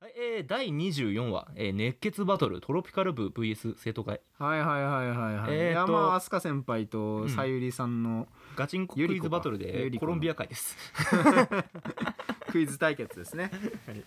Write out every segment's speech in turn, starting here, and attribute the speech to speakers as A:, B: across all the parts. A: はいえー、第24話、えー熱血バトルトロピカル部 VS 生徒会
B: はいはいはいはいはい、
A: えーと
B: 山飛鳥先輩と
A: ん
B: さゆりさんの
A: ガチンコクイズバトル
B: ゆ
A: で
B: り
A: コ
B: 子か
A: ロンビア会です。
B: クイズ対決ですね、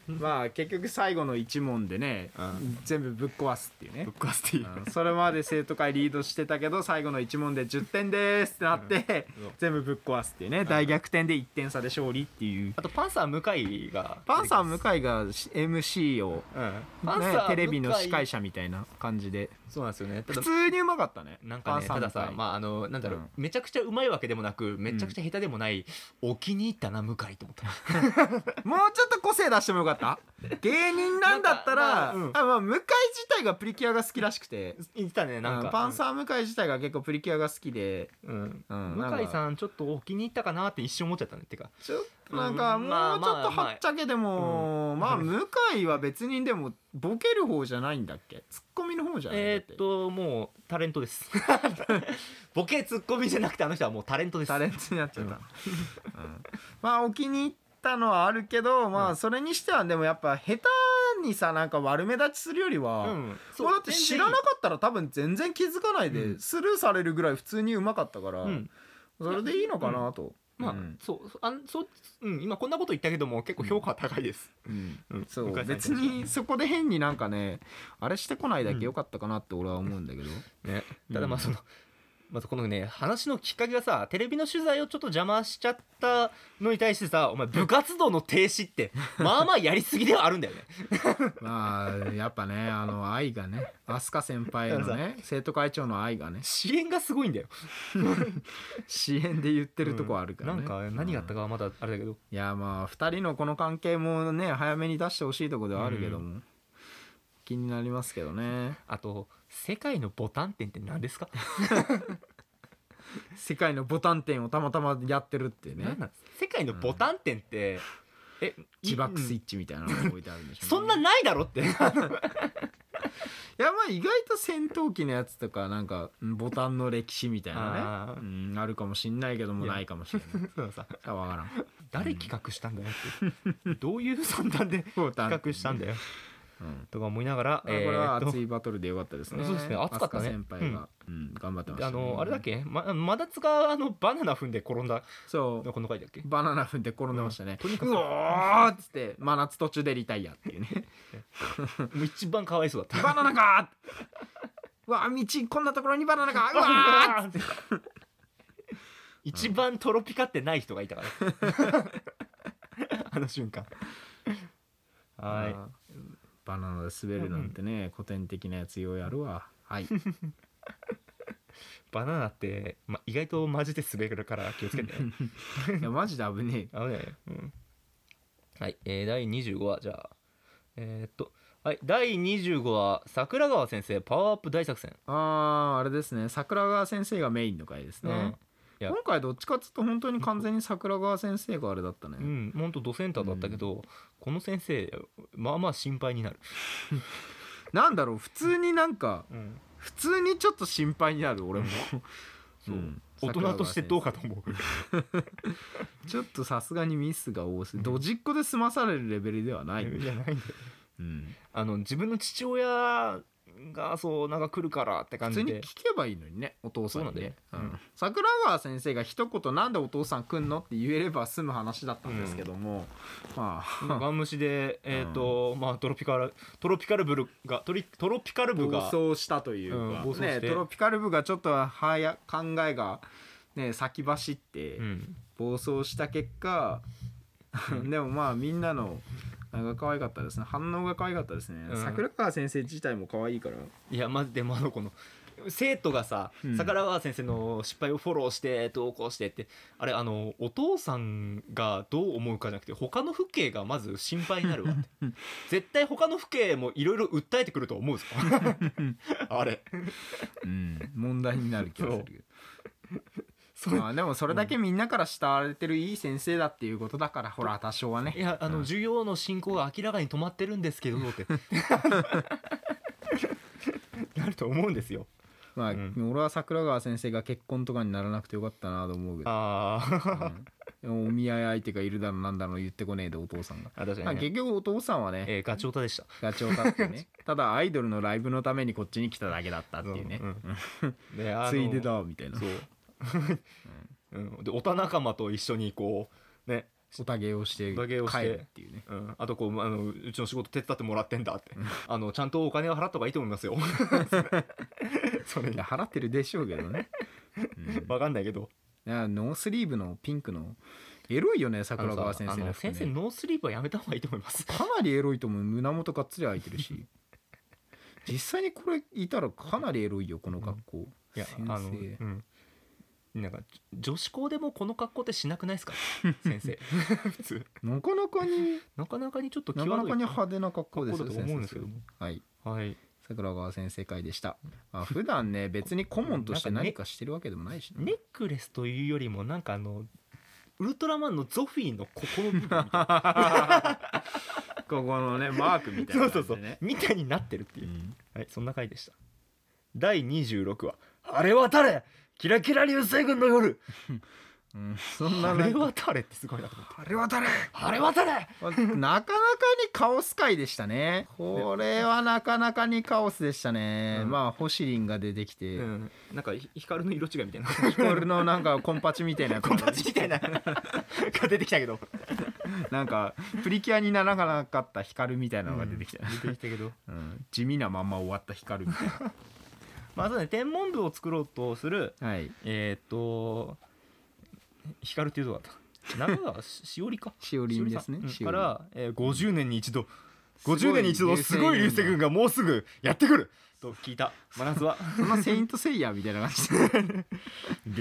B: まあ結局最後の一問でね、
A: うん
B: 全部ぶっ壊すっていうね
A: ぶっ壊すっていう
B: うんそれまで生徒会リードしてたけど最後の一問で10点ですってなって、
A: うん
B: 全部ぶっ壊すっていうね、大逆転で1点差で勝利っていう
A: あとパンサー向井が
B: パンサー向井が MC を、
A: うんパンサー
B: ね
A: 向井、
B: テレビの司会者みたいな感じで
A: そうなんですよねた
B: 普
A: だ
B: 通にうまかったね
A: なんかね
B: パ
A: た
B: ンサ
A: だ
B: ー向
A: さ
B: 井
A: まああのなんだろう、
B: うん
A: めちゃくちゃうまいわけでもなくめちゃくちゃ下手でもない、お気に入ったな向井と思った
B: もうちょっと個性出してもよ かった芸人なんだった
A: な
B: ら、
A: ん
B: あまあ、向井自体がプリキュアが好きらしくて
A: 言ってたねなん
B: う
A: か
B: んパンサー向井自体が結構プリキュアが好きで、
A: うん
B: うん、
A: 向井
B: んか
A: さんちょっとお気に入ったかなって一瞬思っちゃったねってか
B: ちょっとなんか
A: う
B: も
A: ん
B: うち
A: ま
B: ょ
A: あ
B: っとはっちゃけでも、
A: ま
B: ま
A: あ
B: あ
A: まあ
B: 向井は別にでもボケる方じゃないんだっけツッコミの方じゃない
A: えー、っともうタレントです ボケツッコミじゃなくてあの人はもうタレントです
B: タレントになっちゃった、うんまあお気に入ったのはあるけどま
A: う
B: あそれにしてはでもやっぱ下手にさなんか悪目立ちするよりは、
A: うんそう
B: もうだって知らなかったら多分全然気づかないで、
A: うん
B: スルーされるぐらい普通にうまかったから、
A: うん
B: それでいいのかなと、
A: まあ、
B: うん
A: そうそあんそう、うん、今こんなこと言ったけども結構評価は高いです、
B: うん
A: うん
B: そう
A: 向井さん
B: 別にそこで変になんかねあれしてこないだけよかったかなって俺は思うんだけど、
A: ね、ただまあその、まずこのね話のきっかけがさテレビの取材をちょっと邪魔しちゃったのに対してさお前部活動の停止 ってまあまあやりすぎではあるんだよね
B: まあやっぱねあの愛がね飛鳥先輩の
A: だか
B: ね生徒会長の愛がね
A: 支援がすごいんだよ
B: 支援で言ってるとこあるからね、
A: なんか何があった
B: うん
A: かはまだあれだけど、
B: いやまあ2人のこの関係もね早めに出してほしいとこではあるけども、気になりますけどね
A: あと「世界のボタン店って何ですか
B: 世界のボタン店をたまたまやってるってね
A: 何なんです世界のボタン店って、え
B: 自爆スイ
A: ッ
B: ッチみたいなのが置いてあるんでしょ、うね
A: そんないないだろって
B: やまあ意外と戦闘機のやつとかなんかうんボタンの歴史みたいな
A: あ
B: ね
A: ー
B: うんあるかもしんないけども
A: いや
B: ないかもしれない
A: そうさ
B: あわからん
A: 誰企画したんだよってどういう算段で
B: ボタ ン
A: 企画したんだよ
B: うん
A: とか思いながら、
B: まあこれは
A: えーっと
B: 熱いバトルでよかったですね。
A: そうですね熱かったね
B: 飛鳥先輩が、うん頑張ってました、
A: あのあれだっ
B: け
A: けままだつがあのバナナ踏んで転んだ
B: そ
A: のこの回だっけ
B: う、バナナ踏んで転んでましたね。
A: とにかく
B: うおーっつって、真夏途中でリタイアっていうね。
A: もう一番かわいそうだっ
B: バナナかーうわー道、こんなところにバナナかーう
A: た
B: わー
A: うわーって 一番トロピカってない人がいたから あの瞬間は
B: はい。バナナで滑るなんてね、古典的なやつようやるわ。 はい。
A: いバナナって、ま、意外とマジで滑るから気をつけてね
B: いや、マジで危ね え。
A: あのね、うん、はい、えー、第25話じゃあえーっとはい第25話桜川先生パワーアップ大作戦
B: あー、あれですね。桜川先生がメインの回ですね。
A: うんいや
B: 今回どっちかっつうと本当に完全に桜川先生があれだったね。
A: うん、ほんとドセンターだったけど、この先生まあまあ心配になる、
B: なんだろう普通になんか
A: うん、
B: 普通にちょっと心配になる俺も、
A: そう、
B: うん
A: 大人としてどうかと思う
B: ちょっとさすがにミスが多すぎドジっ子で済まされるレベルではない、
A: じゃ ないんだよ
B: うん
A: あの自分の父親がそうなんか来るからって
B: 普
A: 感
B: 通
A: じ
B: に
A: で
B: 聞けばいいのにねお父さんにね
A: そうなんだよね
B: うん桜川先生が一言「なんでお父さん来んの?」って言えれば済む話だったんですけども、まあ
A: ガン虫でえっ、と、まあトロピカルトロピカルブルがトリトロピカル部
B: 暴
A: が
B: 走したというか、
A: うん暴走し
B: ね
A: て
B: トロピカル部がちょっと早考えが、ね、先走って、
A: うん
B: 暴走した結果 でもまあみんなのなんか可愛かったですね反応が可愛かったですね、
A: うん
B: 桜川先生自体も可愛いから
A: いやまずでもあのこの生徒がさ
B: うん
A: 桜川先生の失敗をフォローして投稿してってあれあのお父さんがどう思うかじゃなくて他の父兄がまず心配になるわって絶対他の父兄もいろいろ訴えてくると 思うぞあれ
B: 問題になる気がする
A: そう
B: まあでもそれだけみんなから慕われてるいい先生だっていうことだからほら多少はいね
A: やあ
B: う
A: の
B: ん
A: 授業の進行が明らかに止まってるんですけど ってなると思うんですよ
B: まあ、
A: うん
B: 俺は桜川先生が結婚とかにならなくてよかったなと思うけど、
A: ああ
B: うんお見合い相手がいるだのなんだの言ってこねえでお父さんが、
A: あ確
B: ま
A: か
B: あ、
A: にね、
B: 結局お父さんはね
A: えーガチオタでした
B: ガチオタっ てねただアイドルのライブのためにこっちに来ただけだったっていうね、
A: うんうんであの
B: ついでだみたいな
A: そう、 うん、でオタ仲間と一緒にこうね
B: おたげをして
A: おたげをして
B: 帰るっていうね
A: うん、あとこうあのうちの仕事手伝ってもらってんだってあのちゃんとお金は払った方がいいと思い ますよそれ
B: いや払ってるでしょうけど ね、うんい
A: わかんないけど
B: やノースリーブのピンクのエロいよ
A: あ
B: ね
A: の
B: 桜
A: さ
B: 川先生
A: あ
B: の
A: の
B: 服ね
A: 先生ノースリーブはやめた方がいいと思います
B: かなりエロいと思う胸元がっつり開いてるし実際にこれいたらかなりエロいよこの格好、
A: いや
B: 先
A: あ
B: 生
A: の、うん、なんかじ女子校でもこの格好ってしなくないで すか先生普通
B: なかなかに
A: なかなかにちょっと
B: な
A: 際
B: かな
A: ど
B: か
A: い
B: に派手な格好です
A: 格好
B: よ
A: だと思うんですけども
B: はい
A: はい
B: 桜川先生会でした、まあ、普段ね別に顧問として
A: なんかね
B: 何かしてるわけでもないしね
A: ネックレスというよりもなんかあのウルトラマンのゾフィーのここの部分みたいな
B: ここのねマークみ
A: そうそうそう
B: ね
A: みたいになってるっていうう、
B: ん
A: はいそんな回でした第26話「あれは誰キラキラ流星群の夜
B: うんそ」んな
A: あ
B: ね
A: れは誰ってすごいなと思って
B: あれは誰
A: あれは誰
B: なかなかにカオス界でしたねこれはなかなかにカオスでしたね、
A: うん
B: まあホシリンが出てきて、
A: うん、なんかひ光の色違いみたいな
B: ヒコルのなんかコンパチみたいなやつ
A: コンパチみたいなが出てきたけど
B: なんかプリキュアにならなかったヒカルみたいなのが出てきた、
A: 出てきたけど
B: うん地味なまんま終わったヒカルみたい
A: まあそうだね天文部を作ろうとする
B: なはい
A: えーっと光っていうとこだった 中川ししおりか
B: しおりんですね
A: しおり
B: し
A: さん
B: お
A: か
B: りん
A: ら、えー、50年に一度
B: すごい
A: 50年に一度すごい流星群がもうすぐやってくると聞い た真夏は
B: そんなセイントセイヤみたいな感じで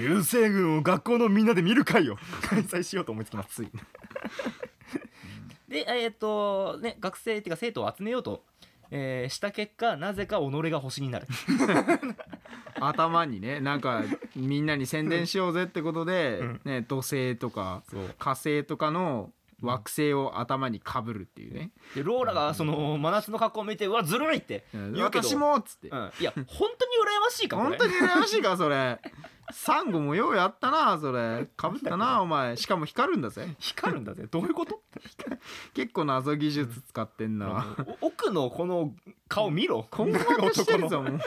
A: 流星群を学校のみんなで見る会を 開催しようと思いつきます
B: 熱い
A: でえーっとね学生っていうか生徒を集めようと、えーした結果なぜか己が星になる
B: 頭にねなんかみんなに宣伝しようぜってことで、
A: うん
B: ね、土星とか
A: そう
B: 火星とかの惑星を頭にかぶるっていうね、
A: でローラがその真夏の格好を見てうわずるいって
B: うん
A: 言うけど
B: 私もっつって、
A: うん、いや本当に羨ましいかこ
B: 本
A: れ
B: 当に羨ましいかそ れサンゴもようやったなそれかぶったなお前しかも光るんだぜ
A: 光るんだぜどういうこと
B: 結構謎技術使ってんな
A: お奥のこの顔見 ろ
B: 困惑してるぞもう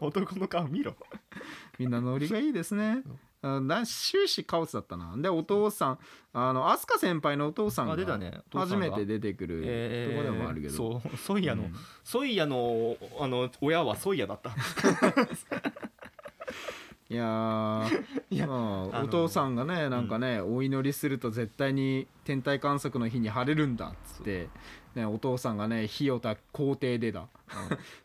A: 男の顔見ろ
B: みんなノリがいいですねあな終始カオスだったなでお父さんあの飛鳥先輩のお父さん
A: あ出た
B: が
A: ねお父さ
B: 初
A: んが
B: めて出てくるとこでもあるけど、
A: そうソイヤの、
B: うん
A: ソイヤのあの親はソイヤだった
B: いやー
A: いや
B: まあ、
A: あの
B: お父さんがねなんかね、お祈りすると絶対に天体観測の日に晴れるんだっつって、ね、お父さんがね火をた校庭で だ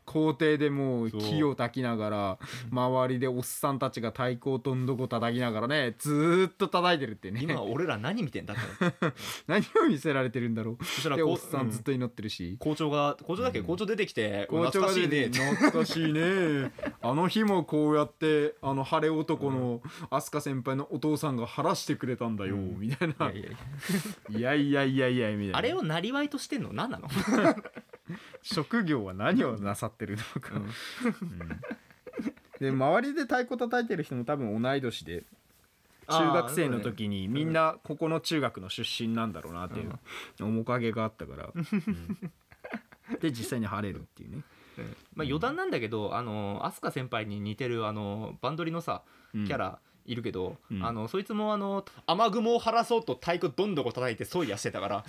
B: 校庭でもう
A: そう
B: 火を焚きながら周りでおっさんたちが太鼓をどんどこ叩きながらねずーっと叩いてるってね
A: 今俺ら何見てんだって
B: 何を見せられてるんだろ
A: そした
B: う
A: ら
B: でお
A: こ
B: っさんずっと祈ってるし、
A: 校長が校長だっけ、
B: うん
A: 校長出てきて
B: 校長
A: 懐
B: が
A: かし
B: 出
A: いね
B: て
A: って
B: 懐かしいねあの日もこうやってあの晴れ男の飛鳥先輩のお父さんが晴らしてくれたんだよ、
A: うん
B: みたいない
A: やいやいや
B: いやいやいやいやみたいな
A: あれをなりわいとしてんの何なの、
B: 職業は何をなさってるのか、うんで周りで太鼓叩いてる人も多分同い年で
A: あー
B: 中学生の時にみんなここの中学の出身なんだろうなっていう面影があったから、うんで実際に晴れるっていうね、
A: まあ、余談なんだけどあの飛鳥先輩に似てるあのバンドリのさ
B: うん
A: キャラいるけど、
B: うん
A: あのそいつもあの雨雲を晴らそうと太鼓どんどこ叩いてソイヤしてたから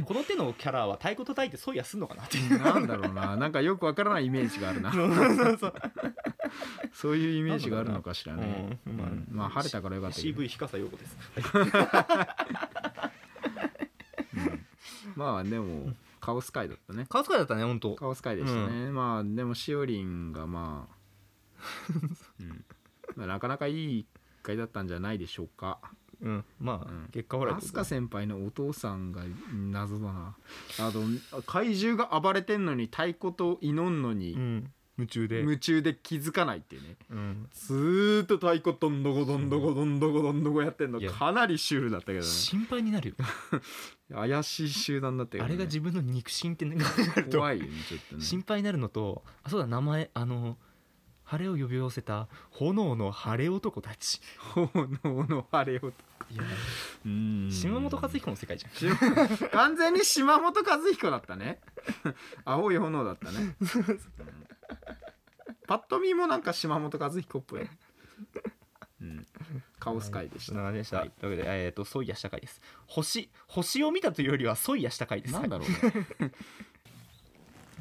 A: この手のキャラは太鼓叩いてソイヤすんのかなっていう
B: なんだろうななんかよくわからないイメージがあるなそういうイメージがあるのかしらね、
A: うんまあ
B: うんまあ晴れたからよかったけど
A: CV ひかさようこです
B: まあでもカオス界だったね
A: カオスカだったね本当
B: カオス界でしたね、まあでもしおりんがまあ、 うんまあ、なかなかいい回だったんじゃないでしょうか
A: うんまあ、
B: うん
A: 結果ほら
B: 飛鳥先輩のお父さんが謎だなあと怪獣が暴れてんのに太鼓と祈んの
A: う
B: に
A: ん夢中で、
B: 夢中で気づかないっていうね
A: うん
B: ずーっと太鼓どんどこどんどこどんどこどんどこやってんの
A: いや
B: かなりシュールだったけどね
A: 心配になるよ、
B: 怪しい集団だったけど、
A: あ
B: ね、
A: れが自分の肉親って考えると
B: 怖いよねちょっとね
A: 心配になるのとあそうだ名前あの晴れを呼び寄せた炎の晴れ男たち
B: 炎の晴れ男
A: い
B: うん
A: 島本和彦の世界じゃん
B: し完全に島本和彦だったね青い炎だったねうんパッと見もなんか島本和彦っぽい、うん、カオス界でし
A: そ
B: た、
A: んな感じでした、
B: はい
A: というわけでえっ、とソイヤした回です星星を見たというよりはソイヤした回です
B: なんだ
A: はい
B: ろうね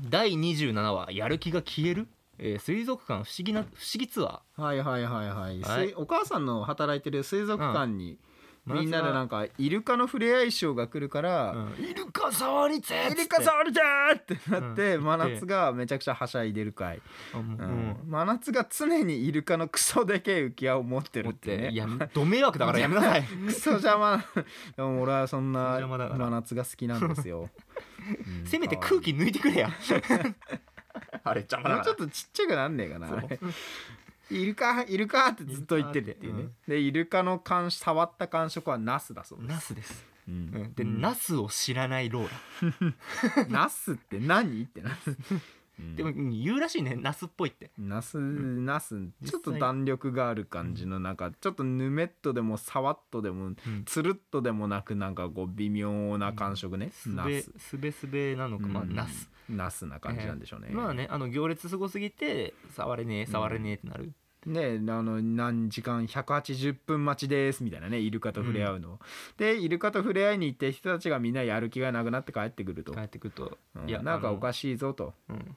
A: 第27話やる気が消える、えー水族館不思議な不思議ツア
B: はいはいはいはい、
A: はい
B: 水お母さんの働いてる水族館に、
A: うん
B: みんなでなんかイルカの触れ合いショーが来るから、
A: ー、うんイルカ触りてーっつ
B: イ
A: って
B: ルカ触るじゃーってなって、
A: うん
B: 真夏がめちゃくちゃはしゃいでるかい、
A: あもう
B: う
A: うんん
B: 真夏が常にイルカのクソでけえ浮き輪を持ってる
A: 思
B: っ
A: ってて
B: ね
A: いやど迷惑だ からやめなさい
B: クソ邪魔 なでも俺はそんな
A: クソ邪魔だから
B: 真夏が好きなんで すよ、うん
A: せめて空気抜いてく れやあれ邪魔
B: も
A: だ
B: う
A: か
B: ちょ
A: ら
B: っとちっちゃくなんねえかな
A: そう
B: あれイルカイルカってずっと言ってるっていう
A: イルカ
B: ね
A: っ
B: でイルカの感触った感触はナスだそうです
A: ナスです、
B: うん
A: うん、で、ナスを知らないローラ
B: ナスって何ってな
A: でも、うん言うらしいねナスっぽいって
B: ナスナス
A: 実
B: ち
A: 際
B: ょっと弾力がある感じのなんかちょっとぬめっとでもさわっとでも
A: うん
B: つるっとでもなくなんかこう微妙な感触ね、
A: す
B: ナ
A: べ
B: ス
A: すべすべなのかまあ
B: うん
A: ナス
B: ナスな感じなんでしょうね、
A: まあねあの行列すごすぎて触れねえ触れねえってなる、
B: ねあの何時間180分待ちですみたいなねイルカと触れ合うの、でイルカと触れ合いに行って人たちがみんなやる気がなくなって帰ってくると
A: 帰、ってくると、
B: うん
A: いや
B: なんかおか
A: しい、
B: しいぞと
A: うん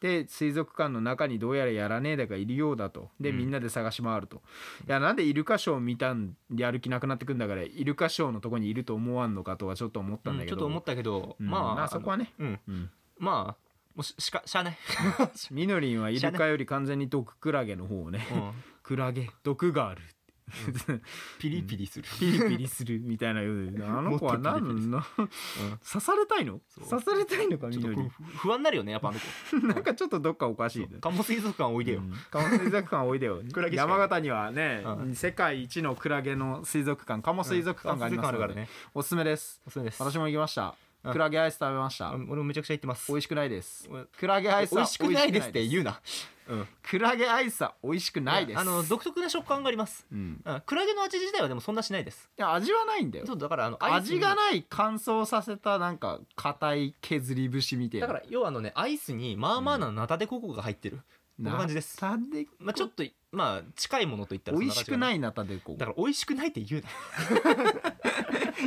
B: で水族館の中にどうやらやらねえだがいるようだとで
A: うん
B: みんなで探し回ると、いやなんでイルカショー見たんやる気なくなってくんだからイルカショーのとこにいると思わんのかとはちょっと思ったん
A: う
B: だ
A: ん
B: け
A: ちょっ
B: ど、
A: と思ったけど、
B: うん
A: ま
B: ま
A: あ
B: あそこはね、
A: うん
B: うん
A: まあもうししかしゃあない、
B: みのりんはイルカより完全に毒クラゲの方を ね、
A: うん、
B: クラゲ毒がある
A: ピリピリする、
B: ピリピリするみたいなようであの子は
A: もっとピリピリ
B: 何の刺されたいの
A: そう
B: 刺されたいのか
A: うん
B: み
A: ちょ
B: の
A: っと
B: り
A: こう不安になるよねやっぱあの子
B: なんかちょっとどっかおかしいね
A: 関西水族館おいでよ、
B: うん鴨水族館おいでよ
A: クラゲしかいない
B: 山形にはね、
A: う
B: 世界一のクラゲの水族館鴨水族館があります
A: る
B: の
A: か
B: で、
A: らね
B: おすすめです
A: おすすめです
B: 私も行きました、
A: うん
B: クラゲアイス食べました、
A: うん俺もめちゃくちゃ行ってます
B: 美味しくないです
A: うん
B: クラゲアイス
A: 美
B: は
A: 味しくないですって
B: う
A: 言うな、うん、
B: クラゲアイスは美味しくないです
A: あの独特な食感があります、
B: うん
A: うん、クラゲの味自体はでもそんなしないです
B: いや味はないんだよ
A: そうだからあのアイス
B: 味
A: に
B: がない乾燥させたなんか硬い削り節みたいな
A: だから要はあのねアイスにまあまあなナタデココが入ってる、こんな感じです
B: ナタデコ
A: まあ、ちょっとまあ近いものといったら
B: 美味しくないいナタデココ
A: だから美味しくないって言う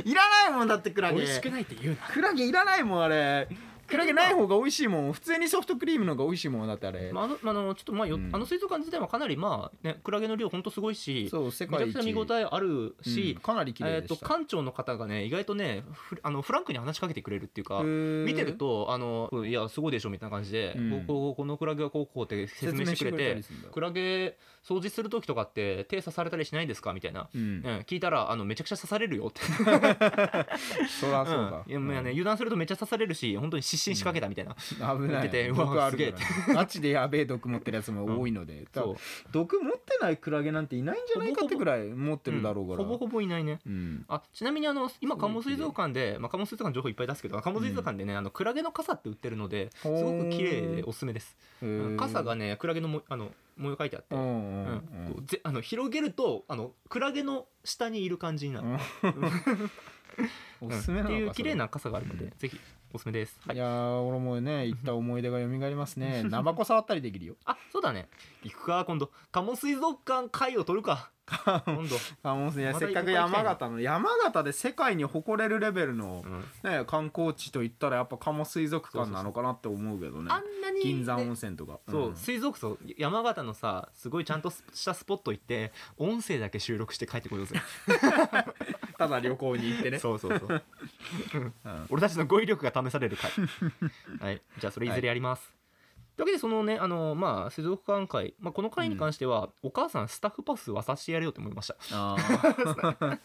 B: いらないもんだってク
A: な
B: ラ
A: 美
B: ゲ
A: 味しくないって言うな
B: クラゲいらないもんあれクラゲない方が美味しいもん普通にソフトクリームの方が美味しいもんだってあれ、
A: まあ、あのまああのちょっとまあよ、
B: うん
A: あの水族館自体はかなりまあ、ね、クラゲの量ほんとすごいし
B: そう世
A: めちゃ
B: 界
A: く
B: 一
A: ちゃ見応えある
B: う
A: し
B: ん、かなり綺麗
A: えー、
B: で
A: と
B: した、
A: 館長の方がね意外とねフあのフランクに話しかけてくれるっていうか、見
B: 見
A: てるとあのいやすごいでしょみたいな感じで、
B: うん
A: こうこうこのクラゲはこうこうって説明してくれてクラゲ掃除する時とかって手刺されたりしないんですかみたいな、
B: うん
A: うん、聞いたらあのめちゃくちゃ刺されるよって
B: そりゃそうだ、
A: んいやもうね、油断するとめっちゃ刺されるし本当に失神しかけたみたいな、
B: うん危な
A: 見てて
B: いう
A: わ
B: 毒ある
A: すげえ
B: からガチでやべえ毒持ってるやつも多いので、多
A: そ
B: 分
A: う
B: 毒持ってないクラゲなんていないんじゃないかってぐらい持ってるだろうから
A: ほぼほぼいないね
B: うん
A: あちなみにあの今
B: すごい
A: 鴨水族館で、まあ、鴨水族館情報いっぱい出すけど鴨水族館でね、あのクラゲの傘って売ってるのです
B: ほー
A: ごく綺麗でおすすめです、
B: へ
A: うん
B: ー
A: 傘がねクラゲのもあの模様書いてあって、
B: う
A: うん
B: んうんう
A: こうんぜあの広げるとあのクラゲの下にいる感じになる、
B: うんお
A: うん
B: すすめな
A: っ
B: の
A: てい
B: か
A: う綺麗
B: それ
A: な傘があるので、ぜひおすすめです、はいい、
B: やー俺もね行った思い出が蘇ります ねナマコ触ったりできるよ
A: あそうだね行くか今度鴨水族館会を取る か今度、
B: あもうね、
A: また
B: せっかく山形の山形で世界に誇れるレベルの、
A: うん
B: ね、観光地といったらやっぱ鴨水族館なのかなって思うけどね
A: あんなに、
B: 銀山
A: ね
B: 温泉とか、
A: そう、
B: ん
A: 水族と山形のさすごいちゃんとしたスポット行って音声だけ収録して帰ってこようぜ
B: ただ旅行に行 ってね
A: そうそうそう
B: うん
A: 俺たちの語彙力が試される 回はいじゃあそれいずれやります、というわけでそのねあのまあ水族館会、まあ、この回に関しては、お母さんスタッフパス渡してやれよと思いました
B: あー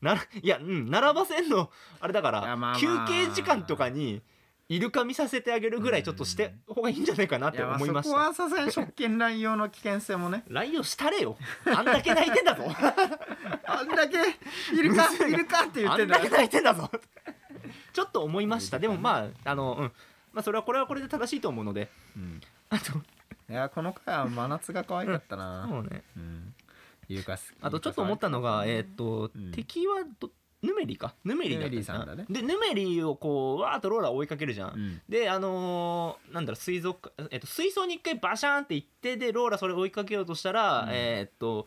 A: ならいやうん並ばせんのあれだから、
B: いやまあまあ
A: 休憩時間とかにイルカ見させてあげるぐらいちょっとしてほうがいいんじゃないかなっ
B: い
A: て
B: やまあ
A: 思いまし
B: そ
A: た
B: こはさすがに食券乱用の危険性もね
A: ライオンしたれよあんだけ泣いてんだぞ
B: あんだけいるかいるかって言っ
A: あ
B: て
A: ん
B: んだ
A: だ
B: よ
A: け泣いてんだぞちょっと思いましたでもまああのうんまあそれはこれはこれで正しいと思うので
B: うん
A: あと
B: いやこの回は真夏が可愛かったな、
A: そうね
B: うんゆうかす
A: あとちょっと思ったのが、えーっと
B: うん
A: 敵はどヌメリかヌメリだった
B: ヌメリさんだね
A: でヌメリをこうわーっとローラー追いかけるじゃん、
B: うん
A: であのーなんだろう水族館、えっと水槽に一回バシャーンって行ってでローラそれ追いかけようとしたら、
B: うん
A: えーっと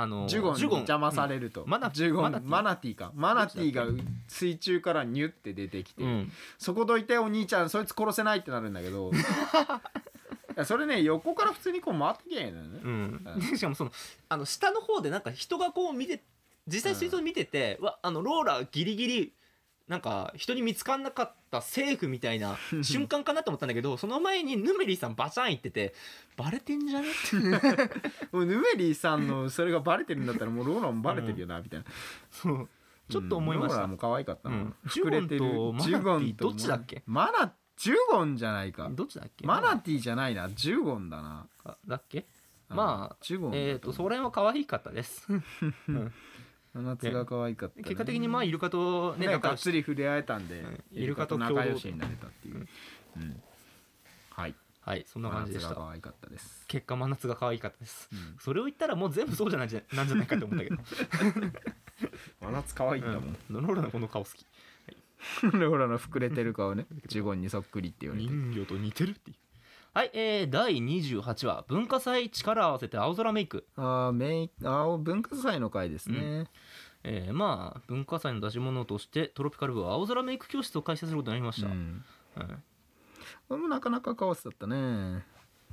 A: あのー
B: ジュゴンに邪魔さ
A: る、
B: れると、
A: マナ
B: ジュゴン
A: マ
B: マ
A: ナ
B: ナ
A: ティー
B: ティーかマナティーが水中からニュって出てきて、
A: うんうん
B: そこどいてお兄ちゃんそいつ殺せないってなるんだけ どいやそれね横から普通にこう回ってきゃいいのよね、
A: うん
B: うん
A: でし かもそのあの下の方でなんか人がこう見て実際水槽見てて、わあのローラギリギリなんか人に見つかんなかったセーフみたいな 瞬間かなと思ったんだけどその前にヌメリさんバシャーン行っててバレてんじゃねって
B: もうヌメリーさんのそれがバレてるんだったらもうローラもバレてるよなみたいな、
A: そうちょっと思いまし
B: うんロー
A: た、
B: ラも可愛かったな、
A: うん
B: 膨れて
A: ジ
B: る
A: ュゴンと
B: ジュゴン
A: マナティー
B: と
A: どっちだっけ
B: マナジュゴンじゃないか
A: どっちだっけ
B: マナティーじゃないなジュゴンだな
A: あだっけまあ
B: うんジュゴンだ思う
A: えー、とそれは可愛かった です、うん
B: 真夏が可愛かった、ね、
A: 結果的にまあイルカとね
B: ね、
A: 仲
B: が
A: 良
B: っ
A: し
B: つり触れ合えたんで、
A: うん
B: イルカと
A: イルカと共
B: 仲
A: 同
B: 良しになれたっていう、うんはい
A: はいそんな
B: 真
A: 感じで
B: 夏
A: し
B: が
A: た
B: 可愛かったです、
A: 結果真夏が可愛かったです
B: うん、
A: それを言ったらもう全部そうじゃないんじゃなんじゃないかと思ったけど、
B: 真夏可愛いんだもん、
A: うん、ローラのこの顔好き
B: ローラの膨れてる顔ねジュゴンにそっくりって言われて
A: 人魚と似てるっていうはい、えー、第28話「文化祭力合わせて青空メイク
B: ああメイあー文化祭の回ですね、
A: えー」まあ文化祭の出し物としてトロピカル部は青空メイク教室を開催することになりまし
B: う
A: た、
B: ん、
A: うん
B: これもなかなかカオスだったね、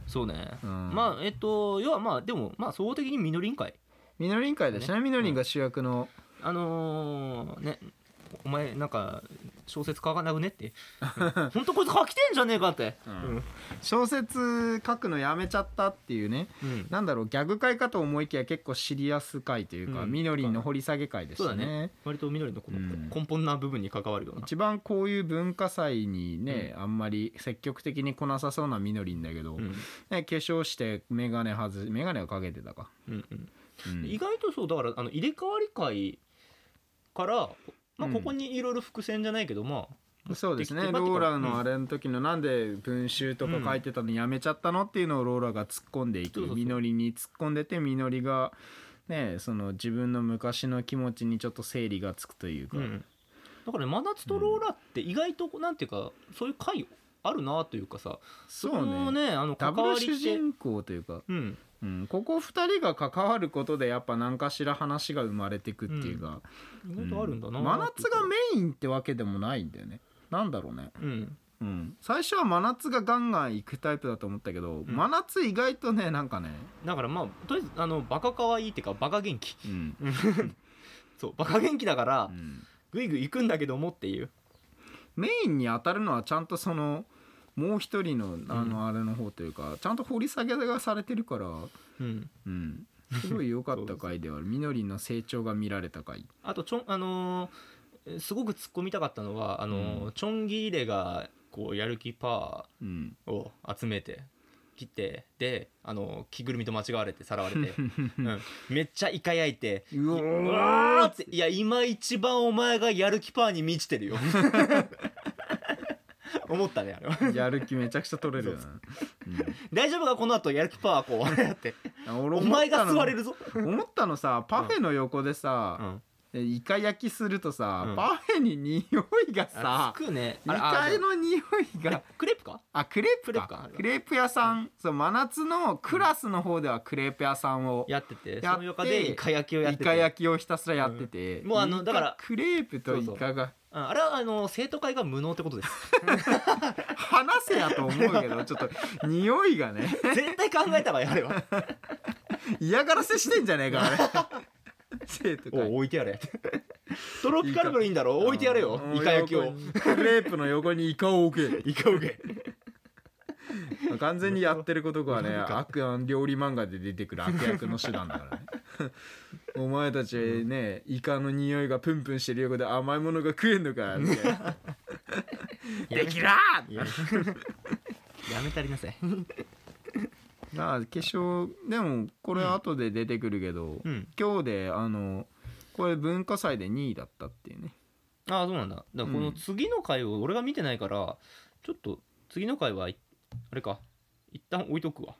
A: そうね、
B: うん、
A: まあえっ、と要はまあでもまあ総合的に実り委員会
B: みのりん会だしねみのりんが主役の、
A: あのー、ねお前なんか小説書かなくねって 本当こいつ書きてんじゃねえかって、
B: うん小説書くのやめちゃったっていうね
A: うん
B: なんだろうギャグ会かと思いきや結構シリアス会というか、
A: うん
B: みのりんの掘り下げ会でし
A: そう
B: た
A: だね割と緑のこの
B: うん
A: 根本な部分に関わるような、
B: 一番こういう文化祭にね、あんまり積極的に来なさそうなみのりんだけど、
A: うん
B: ね、化粧して眼鏡外眼鏡をかけてたか、
A: うんうん
B: うん
A: 意外とそうだからあの入れ替わり会から、まあ、
B: うん
A: ここにいろいろ伏線じゃないけど、ま
B: そうですね
A: できてたってこ
B: ロ
A: と
B: ーラのあれの時のなんで文集とか書いてたのやめちゃったのっていうのをローラが突っ込んでいく
A: そうそうそう
B: みのりに突っ込んでてみのりがねその自分の昔の気持ちにちょっと整理がつくという
A: あ、
B: か、
A: だからね真夏とローラって意外となんていうかそういう会あるなというかさ
B: そう
A: この
B: ね
A: ねあの
B: ダ
A: 関
B: ブ
A: わ
B: ル
A: りっ
B: 主
A: て、
B: 人公というか、
A: うん、
B: うん、ここ2人が関わることでやっぱ何かしら話が生まれてくっていうか、
A: 意外とあるんだな、
B: 真夏がメインってわけでもないんだよねなんだろうね、
A: うん
B: うん、最初は真夏がガンガン行くタイプだと思ったけど、真夏意外とねなんかね、
A: だからまあとりあえずあのバカ可愛いっていうかバカ元気
B: うん
A: そうバカ元気だから、
B: うん
A: ぐいぐい行くんだけどもっていう
B: メインに当たるのはちゃんとそのもう一人のあのあれの方というか、ちゃんと掘り下げがされてるから、
A: うん
B: うん、すごい良かった回ではあるみのりの成長が見られた回
A: あとちょんあのーすごく突っ込みたかったのはあのー
B: うん
A: チョンギーレがこうやる気パワー
B: うん
A: を集めて切ってであの着ぐるみと間違われてさらわれ て、うん、めっちゃイカ焼いて
B: うお
A: 「う
B: ー
A: わ!」って「いや今一番お前がやる気パーに満ちてるよ」 思ったねあれは
B: やる気めちゃくちゃ取れるよな、
A: 大丈夫かこの後やる気パワーこうあれやって
B: うん俺
A: お
B: 思っ
A: 前
B: た
A: が
B: の
A: 吸われるぞ、
B: 思ったのさパフェの横で
A: う
B: さ、
A: ん、
B: イカ焼きするとさ、
A: うん
B: パフェに匂いが
A: あ
B: さ
A: つくね
B: イカ
A: あ
B: の匂い
A: あれ
B: が
A: クレープか
B: あクレープ
A: クレープ
B: か
A: か
B: クレープ屋さん、そう真夏のクラスの方ではクレープ屋さんを
A: やってて
B: やって
A: その横でイカ焼きをやっ
B: イ
A: てて
B: カ焼きをひたすらやってて、
A: うんもうあの
B: イカ
A: だから
B: クレープとイカが
A: うんあれはあの生徒会が無能ってことです
B: 話せやと思う けどちょっと匂いがね
A: 絶対考えたわよあれは
B: 嫌がらせしてんじゃねえかあれ生徒
A: お
B: 会
A: う置いてやれトロピカル部いいんだろ置いてやれよ
B: うん
A: イカ焼きを
B: クレープの横にイカを置け
A: イカ受け
B: 完全にやってることがね
A: なんか
B: 悪料理漫画で出てくる悪役の手段だからね お前たちねイカの匂いがプンプンしてる横で甘いものが食えんのかみたいなできらー
A: やめたりなさ い
B: まあ化粧でもこれ後で出てくるけど、
A: うん
B: 今日であのこれ文化祭で2位だったっていうね
A: ああそうなんだだからこ
B: う
A: の
B: ん
A: 次の回を俺が見てないからちょっと次の回はいあれか一旦置いとくわ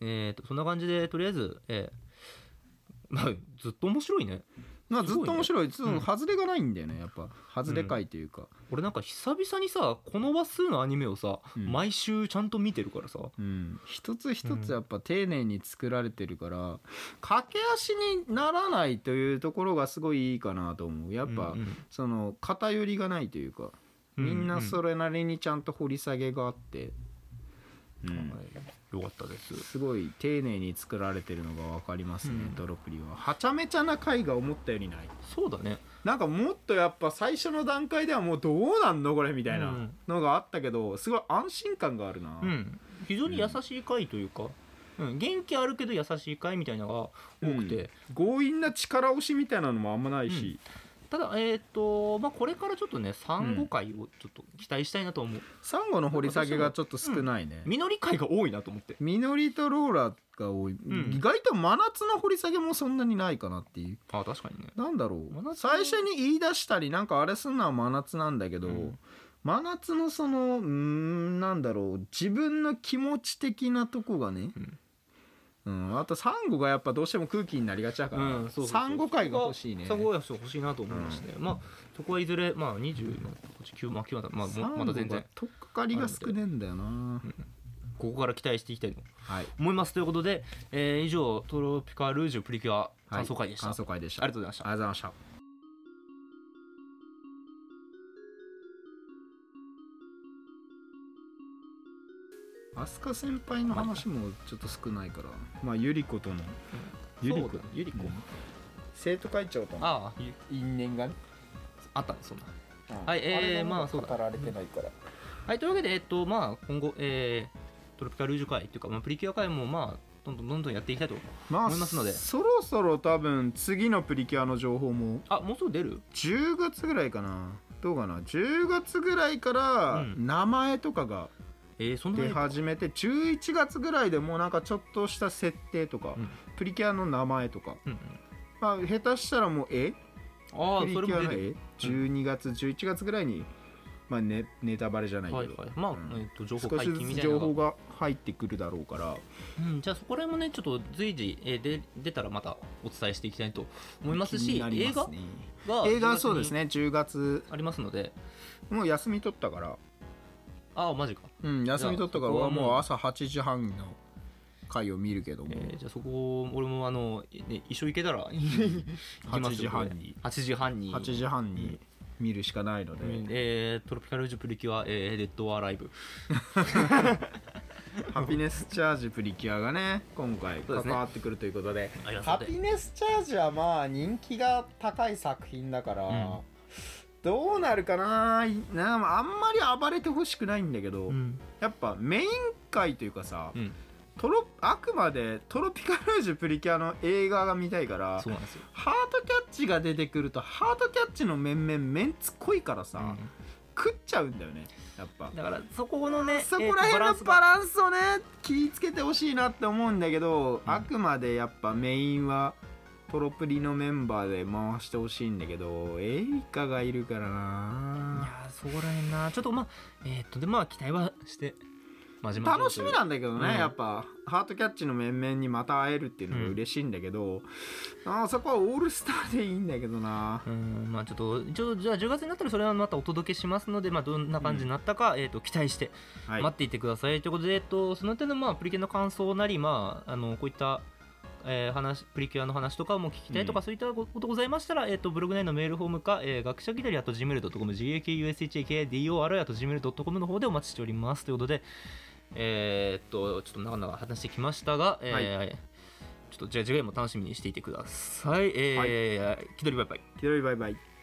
A: えー、とそんな感じでとりあえず、えーまあ、ずっと面白いね
B: まあずっと面白い、
A: ね
B: その外れがないんだよねやっぱ外れかいというか、
A: 俺なんか久々にさこの話数のアニメをさ、
B: うん
A: 毎週ちゃんと見てるからさ
B: うん、一つ一つやっぱ丁寧に作られてるから、駆け足にならないというところがすごいいいかなと思うやっぱ、
A: うんうん
B: その偏りがないというかみんなそれなりにちゃんと掘り下げがあって、うん
A: うんはいよかったです
B: すごい丁寧に作られてるのが分かりますね、
A: うん
B: ドロプリははちゃめちゃな回が思ったよりない
A: そうだね
B: なんかもっとやっぱ最初の段階ではもうどうなんのこれみたいうなんのがあったけどすごい安心感があるな、
A: うん非常に優しい回というか、うん、元気あるけど優しい回みたいなのが多くて、
B: う強引な力押しみたいなのもあんまないし、
A: うんただえっ、とまあこれからちょっとね産後回をちょっと期待したいなと思う、
B: サンゴの掘り下げがちょっと少ないね、
A: 実り回が多いなと思って
B: ミノリとローラが多い、
A: ん
B: 意外と真夏の掘り下げもそんなにないかなっていう
A: あ確かにね
B: なんだろ
A: 真夏
B: う
A: の
B: 最初に言い出したりなんかあれすんのは真夏なんだけど、
A: うん
B: 真夏のそのうーんなんだろう自分の気持ち的なとこがね、うんあとサンゴがやっぱどうしても空気になりがちだから、
A: うん、そうそうそう
B: サンゴ界が欲しいね
A: 産後回が欲しいなと思いまして、まあそこはいずれまあ20の9まあ9まだまあ
B: サン
A: も
B: ゴ
A: まだ
B: が
A: 全然
B: とっかかりが少ねえんだよな、
A: ここから期待していきたいと
B: はい
A: 思いますということで、えー以上トロピカルージュプリキュア感想会でした、
B: 感想会でした
A: ありがとうございました
B: ありがとうございました飛鳥先輩の話もちょっと少ないからまあゆり子とのゆり
A: そう
B: 子
A: だゆり子
B: うん生徒会長との
A: ああゆ
B: 因縁がね
A: あったねそんな
B: うん
A: はいえー
B: あれが
A: まあそうだ
B: 語られてないから
A: はいというわけでえっとまあ今後えートロピカルージュ会っていうか、まあ、プリキュア会もまあどんどんどんどんやっていきたいと
B: ま
A: 思いますので
B: そろそろ多分次のプリキュアの情報も
A: あもうすぐ出る
B: 10月ぐらいかなどうかな10月ぐらいから
A: うん
B: 名前とかが
A: えー、そんな
B: 出
A: に
B: 始めて11月ぐらいでもうなんかちょっとした設定とか、
A: うん
B: プリキュアの名前とか、
A: うんうん
B: まあ、下手したらもう絵
A: ああ
B: プリキ
A: それも
B: ュア
A: 出
B: の
A: てる
B: 絵12月11月ぐらいに、まあね、ネタバレじゃないけど、
A: はいはいまあ、
B: うん
A: えっと情報
B: 少
A: 解
B: し
A: 禁み
B: ずつ
A: たいな
B: 情
A: のが
B: 報が入ってくるだろうから
A: うん、じゃあそこら辺もねちょっと随時、えーで出たらまたお伝えしていきたいと思います
B: 気
A: し
B: になり
A: 映
B: ま
A: 画
B: すね
A: が
B: 映画そうですね10月
A: ありますので
B: もう休み取ったから、
A: ああマジか、
B: うん、休み取ったから
A: そこ
B: 俺は
A: は
B: もう
A: もう
B: 朝8時半の回を見るけども、
A: えーじゃあそこ俺もあの、ね、一緒行けたら行きます
B: 8時半に
A: 8時半に
B: 8時半に見るしかないので、
A: うんえートロピカルジュプリキュア、えー、デッド・アライブ
B: ハピネスチャージプリキュアがね今回
A: そうで
B: 関
A: すね
B: わってくるということで
A: あります
B: ハ
A: の
B: ピ
A: で
B: ネスチャージはまあ人気が高い作品だから、
A: うん
B: どうなるかななああんまり暴れてほしくないんだけど、
A: うん
B: やっぱメイン回というかさ、
A: うん
B: トロあくまでトロピカルージュプリキュアの映画が見たいから
A: そうなんですよ、
B: ハートキャッチが出てくるとハートキャッチの面々メンツ濃いからさ、
A: う
B: 食っちゃうんだよねやっぱ
A: んだからそこのね
B: そこら辺のバランスをね気ぃつけてほしいなって思うんだけ
A: う
B: ど、
A: ん
B: あくまでやっぱメインはトロプリのメンバーで回してほしいんだけどエイカがいるから
A: い
B: な
A: やーそこら辺なちょっとまあえーっとでまあ期待はしてまじまじと
B: 楽しみなんだけどね、
A: うん
B: やっぱハートキャッチの面々にまた会えるっていうのが嬉しいんだけど、あーそこはオールスターでいいんだけどな
A: うんまあちょっと一応じゃあ10月になったらそれはまたお届けしますので、まあ、どんな感じになったか、えー、と期待して
B: はい、
A: 待っていてください、ということで、えっと、その点の、まあ、プリキュアの感想なり、まあ、あのこういった、えー話プリキュアの話とかも聞きたいとか、
B: うん
A: そういったことございましたら、えっと、ブログ内のメールフォームか、えー学者ギタリあと gmail.com gakushakador あと gmail.com の方でお待ちしておりますということでえーっとちょっと長々話してきましたが、えーちょっとじゃあ次回も楽しみにしていてください。えー、気取りバイバイ。
B: ひどいバイバイ